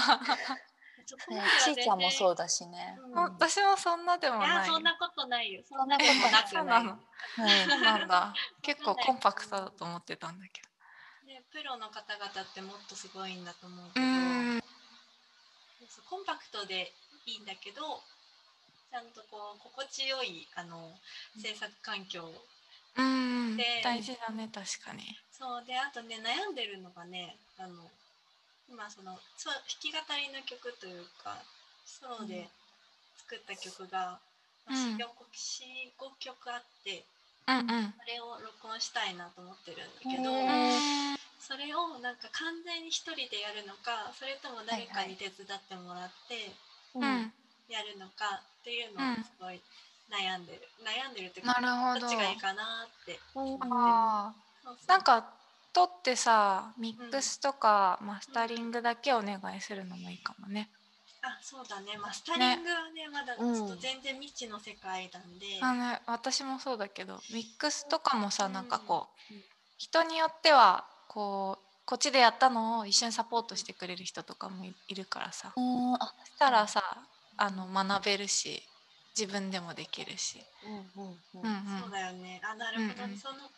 A: ねち
C: ちょっとまでは全
A: い
C: 然
A: ちゃんもそうだしね。
C: うん
B: 私もそんなでも
C: いや、
B: ない
C: そんなことないよ。そ
A: そ
C: ん
A: ん
C: な
A: な
C: こ
A: ことと
C: な
A: な
C: く
B: そう
C: な。
B: ないのそうなんだ結構コンパクトだと思ってたんだけど
C: ね、プロの方々ってもっとすごいんだと思う
B: う
C: けど、
B: ーん
C: そうコンパクトでいいんだけどちゃんとこう心地よいあの
B: うん
C: 制作環境を
B: うん
C: で
B: 大事だね確かに
C: そうであとね悩んでるのがねあの今そのそう弾き語りの曲というかソロで作った曲が、
B: う
C: まあ
B: ん
C: 45曲45曲あって
B: うんうん
C: それを録音したいなと思ってるんだけど。
A: へー
C: それをなんか完全に一人でやるのかそれとも誰かに手伝ってもらって
A: う
B: うん
C: やるのかっていうの
B: う
C: を
B: ん
C: すごい悩んでる、悩んでるっていう
B: な
C: か
B: る
C: ど
B: ほ
C: っ
B: ど
C: ちがいいかなって
A: うん
B: あー
C: そうそう
B: なんか撮ってさミックスとかマスタリングだけお願いするのもいいかもね。
C: あそうだねマスタリングはねまだちょっと全然未知の世界なんで、
B: あの私もそうだけどミックスとかもさ
C: うん
B: なんかこう
C: うん
B: 人によってはこうこっちでやったのを一緒にサポートしてくれる人とかもいいるからさそ
A: うんあ
B: したらさあの学べるし自分でもできるし。
A: うんうんうん
B: うんうん
C: そうだよねあなるほど、
B: うんうん
C: その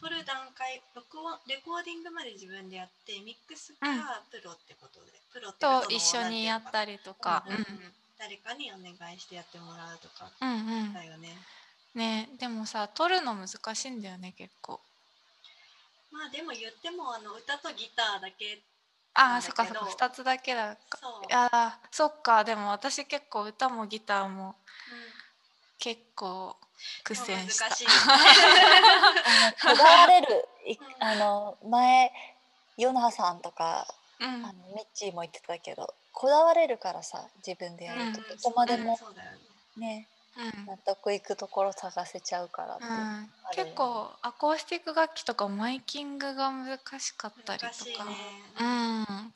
C: 撮る段階録音レコーディングまで自分でやってミックス
B: うん
C: かプロってことで、プロって
B: と一緒にやっ
C: り
B: たりとか、
C: うんうんうん誰かにお願いしてやってもらうとか
B: うん、うんうん
C: だよね、
B: ねでもさ撮るの難しいんだよね結構。
C: まあでも言ってもあの歌とギターだけ
B: あ
C: な
B: あ
C: んだ
B: そ
C: け
B: っかそっか
C: ど
B: 2つだけだか
C: そう
B: いやーそっかでも私結構歌もギターも結構苦戦した
C: 難しいよね
A: あのこだわれるい
C: うん
A: あの前ヨナさんとか
B: う
A: あ
B: ん
A: のミッチーも言ってたけどこだわれるからさ自分でやると
C: うん
A: どこまでも
C: そうだよね
A: ね
B: うん
A: 納得いくところ探せちゃうからって、
B: うん、結構アコースティック楽器とかマイキングが難しかったりと
C: 難
B: か
C: しいね、
B: うん、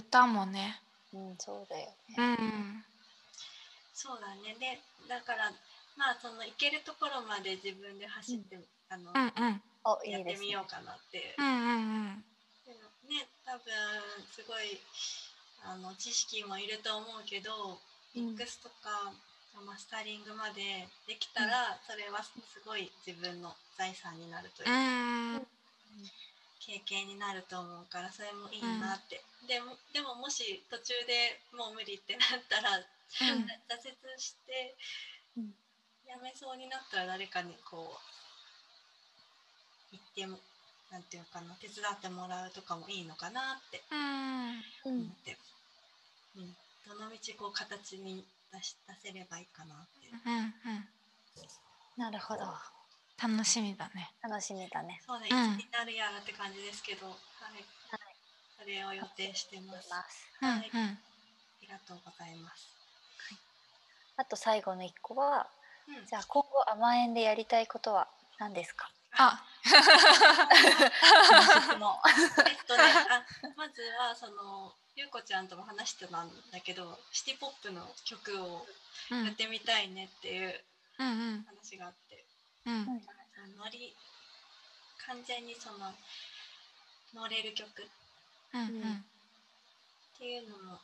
B: 歌もね、
A: うん、そうだよ
B: う
A: ね。
B: ん、
C: そうだねでだからまあその行けるところまで自分で走って、あの、
B: うんうん
A: あい
C: やっ
A: いで
C: て
A: す
C: み
A: ね
C: よ。うかなっていう
B: うんうん
C: でもね多分すごいあの知識もいると思うけど
A: う
C: ミ
A: ん
C: ックスとかマスタリングまでできたらそれはすごい自分の財産になると
B: う
C: いうか
B: んうん
C: 経験になると思うからそれもいいなって、でもでももし途中でもう無理ってなったら、挫折して
A: うん
C: やめそうになったら誰かにこう行ってもなんていうかな手伝ってもらうとかもいいのかなって
B: うん
A: う
C: 思っ
A: ん、
C: て、うんどの道こう形に出し出せればいいかなって、
B: うん
A: なるほど。
B: うん楽しみだね。
A: 楽しみだね。
C: そうね、
B: うん
C: いつになるやらって感じですけど、はい、それを予定してます。あ
A: ます
B: うん
C: はい
B: うん
C: りがとうございます。
A: あと最後の一個は、
C: うん
A: じゃあ今後甘えんでやりたいことは何です か？
B: あ
A: の
C: えっとね、あまずはそのゆうこちゃんとも話してたんだけどシティ・ポップの曲を
B: うん
C: やってみたいねっていう
B: うんうん
C: 話があって
B: うん
C: そのノリ完全にその乗れる曲っ
B: うんうん
C: ていうのも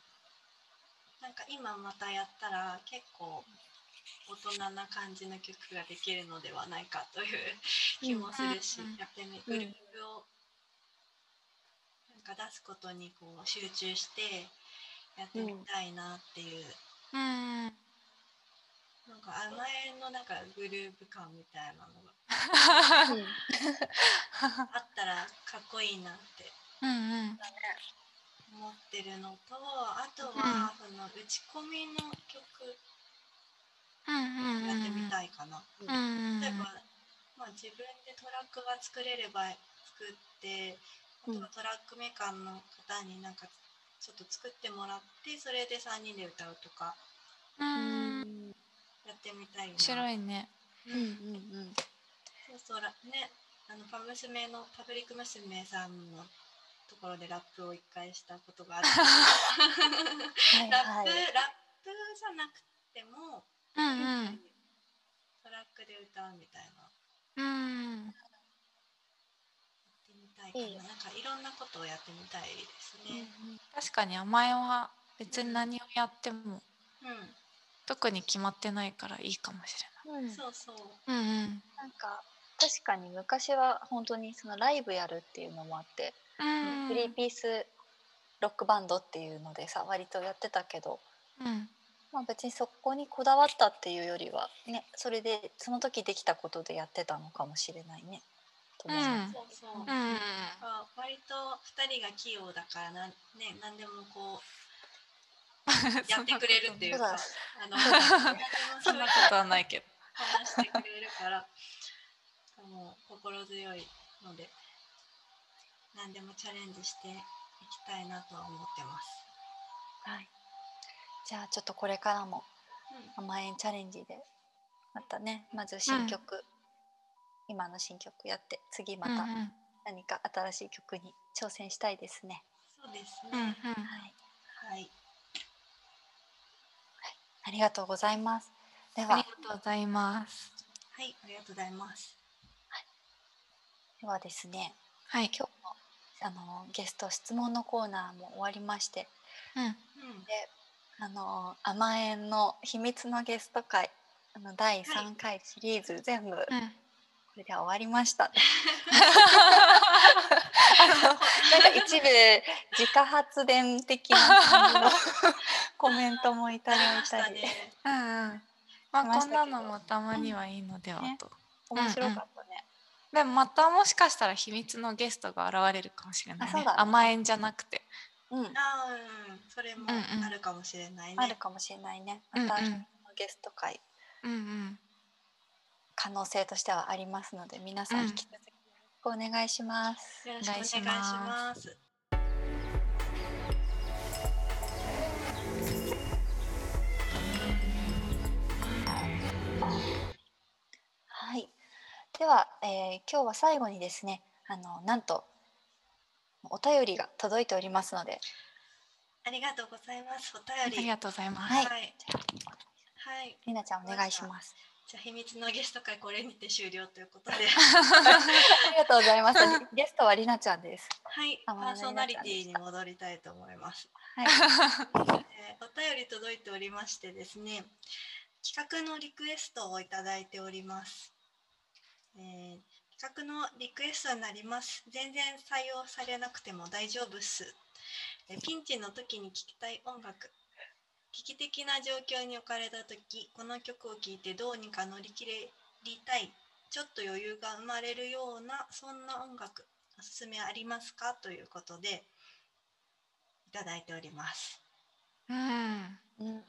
C: なんか今またやったら結構大人な感じの曲ができるのではないかという気もするし、
B: うん
C: やってみ
A: うん
C: グループをなんか出すことにこう集中してやってみたいなっていう
B: うん
C: なんか甘えのなんかグルーヴ感みたいなのがあったらかっこいいなって
B: うんうん
C: 思ってるのとあとはその打ち込みの曲
B: うんうんうん
C: やってみたいかな。
B: うんうんうん
C: 例えば、まあ、自分でトラックが作れれば作ってあとはトラックメーカーの方になんかちょっと作ってもらってそれで3人で歌うとか
B: うん面
C: やってみたいな。
B: 白
C: い
B: いね
C: そうそうらねあのパ娘のパブリック娘さんのところでラップを一回したこと がある
A: はい
C: ラッ
A: は
C: プ、
A: い。
C: ラップじゃなくても、
B: うんう
C: なんかトラックで歌うみたいな
B: うん
C: やってみたいかな,、
A: いいよ
C: なんかいろんなことをやってみたいですね。
B: 確かに甘えは別に何をやっても
C: うん
B: 特に決まってないからいいかもし
A: うん
C: そうそう。
B: れない。うん
A: なんか確かに昔は本当にそのライブやるっていうのもあって、
B: うん。
A: フリーピースロックバンドっていうのでさ割とやってたけど、
B: うん。
A: まあ、別にそこにこだわったっていうよりは、ね、それでその時できたことでやってたのかもしれないね。と思います
C: そうそ
B: うんう
C: う。
B: んうん。
C: あ割と二人が器用だからな、ね、何でもこう、やってくれるっていうか、あの、何でも
B: そ
C: そ
B: ん
C: う
B: なことはないけど。
C: 話してくれるから、もう心強いので、何でもチャレンジしていきたいなとは思ってます。
A: はい、じゃあちょっとこれからも
C: うん
A: 甘えんチャレンジでまたねまず新曲、今の新曲やって次また
B: うんうん
A: 何か新しい曲に挑戦したいですね。
C: そうです
B: うんうん
C: ね。
A: はい、
C: はい。
A: ありがとうございます。で
B: あ
A: は
B: りがとうございます。
C: はい、ありがとうございます。
A: ではですね
B: はい。
A: 今日のあのゲスト質問のコーナーも終わりまして
B: うん。
C: うん。
A: あの甘えんの秘密のゲスト会あの第
C: は
A: 3回シリーズ全部こ
B: うん。
A: れで終わりました。なんか一部自家発電的な感じの コメントもいただい
C: ましたた
A: り、
C: ね。
B: うんうん。まあ
A: しまし
B: こ
A: たけ
B: ん
A: ど
B: なのもたまにはいいのでは
A: ね
B: と。
A: 面白かったね。
B: でもまたもしかしたら秘密のゲストが現れるかもしれない、
A: あ
B: ね
A: そうだね
B: 甘えんじゃなくて。
A: うん、
C: あーうん、それもあるかもしれないね。
A: あるかもしれないね。また
B: うんうん
A: ゲスト会
B: うんうん。
A: 可能性としてはありますので、皆さん
B: うん
A: 引き続きよろしくお願いします。
C: よろしくお願いします。
A: はい。では、えー今日は最後にですね、あのなんとお便りが届いておりますので、
C: ありがとうございます。
B: あ
C: お便
B: り
C: り。
B: がとうございます。
A: はい
C: はい。はい。
A: りなちゃんお願いします。
C: じゃあ秘密のゲスト会これにて終了ということで、
A: ありがとうござい ます。ゲストはりなちゃんです。
C: はい、
A: あ
C: パ
A: まだ
C: ー
A: ね
C: ソナリティに戻りたいと思います。
A: はい。
C: えーお便り届いておりましてですね、企画のリクエストをいただいております。えー企画のリクエストになります。全然採用されなくても大丈夫っす。えーピンチの時に聴きたい音楽。危機的な状況に置かれた時、この曲を聴いてどうにか乗り切りたい。ちょっと余裕が生まれるような、そんな音楽、おすすめありますかということで、いただいております。
B: うん。
A: うん。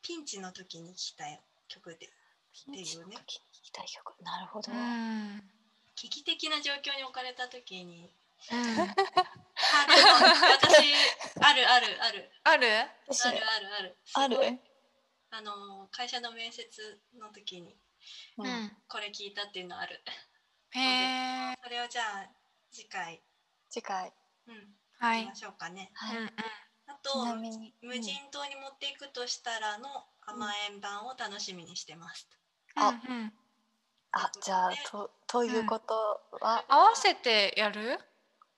C: ピンチの時に聴きたい曲で
A: ピンチの時に聴きたい曲。なるほど。
B: うん。
C: 危機的な状況に置かれた時に
B: うん
C: あでも私あるあるある
B: ある？
A: 私
C: あるあるある
A: ある
C: すごいあの会社の面接の時に
A: う
B: うん。
A: ん、
C: これ聞いたっていうのある
B: へえ。
C: それをじゃあ次回
A: 次回
C: うん
B: は
C: 行
B: い
C: きま。しょうかね、
A: はい、
C: あ
A: ちな
C: と
A: みに
C: 無人島に持っていくとしたらの甘えん版を楽しみにしてます、
A: あ
B: うんうん
A: あじゃあとということは、
B: 合わせてやる？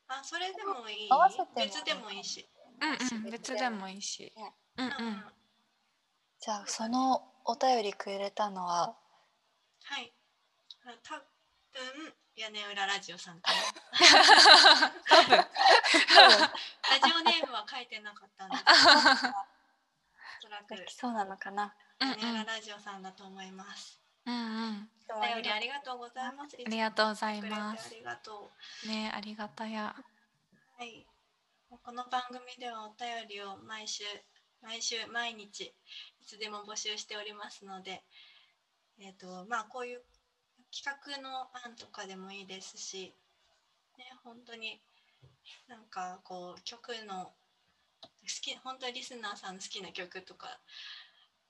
C: あそれでもいい
A: 合わせても
C: 別でもいいし、
B: うんうん。別でもいいし
A: ね。
B: うんう。
C: うんん、
A: じゃあそのお便りくれたの は
C: はい。あ多分屋根裏ラジオさんかな。
B: 多分。
C: ラジオネームは書いてなかったんですけど。トラッ
A: で
C: ク
A: きそうなのかな
B: うんうん
C: ホニャララジオさんだと思います。
B: うんうん。
C: お便りありがとうございます。
B: ありがとうございま
C: つも来てくれ
B: す
C: てあ。りがと
B: ね、ありがたや。
C: う。はい。この番組ではお便りを毎週毎週毎日いつでも募集しておりますので、えっ、とまあこういう企画の案とかでもいいですし、ね本当になんかこう曲の好き本当にリスナーさんの好きな曲とか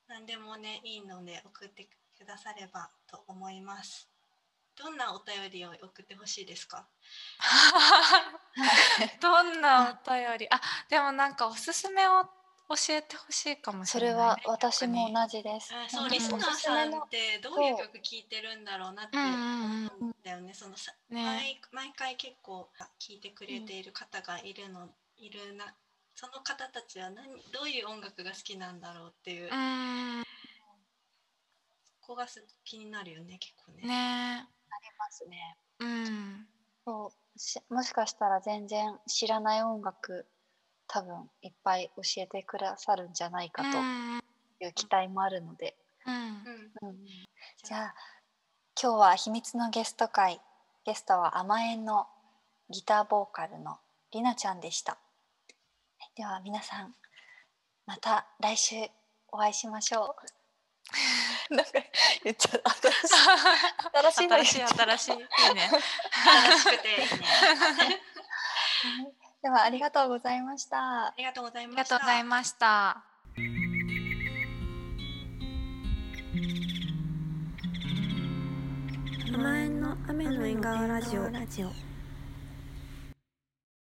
C: 何でもねいいので送ってくださればと思います。どんなお便りを送ってほしいですか？
B: どんなお便り。あ、でもなんかおすすめを教えてほしいかもし
A: そ
B: れ
A: れ
B: ない
A: は
B: ね。
A: 私も同じです
C: あ。そううんリスナーさんってどういう曲聴いてるんだろうなって思
B: うんうん
C: うんだよね。そのさ
B: うん。ね。
C: 毎毎回結構聴いてくれている方がいるのいるな。その方たちは何どういう音楽が好きなんだろうっていう、
B: う
C: こ
B: ん。
C: こがす気になるよね結構ね。
B: ね。
A: ますね。
B: うん。
A: そうしもしかしたら全然知らない音楽多分いっぱい教えてくださるんじゃないか
B: う
A: と
B: ん。
A: いう期待もあるので、
B: うん
C: うん。
A: うんじゃあ今日は秘密のゲスト会ゲストは甘えんのギターボーカルのりなちゃんでしたはいでは皆さんまた来週お会いしましょうなんか言っちゃった新しい
B: 新しい
A: の言っちゃった
B: 新しい。いいね。
C: 楽しくていい ね。
A: ではありがとうございました
C: ありがとうござい
B: あり
C: ま
B: が
C: し
B: とうご
C: た
B: ざい。ました。
D: 前の雨の縁側ラジオ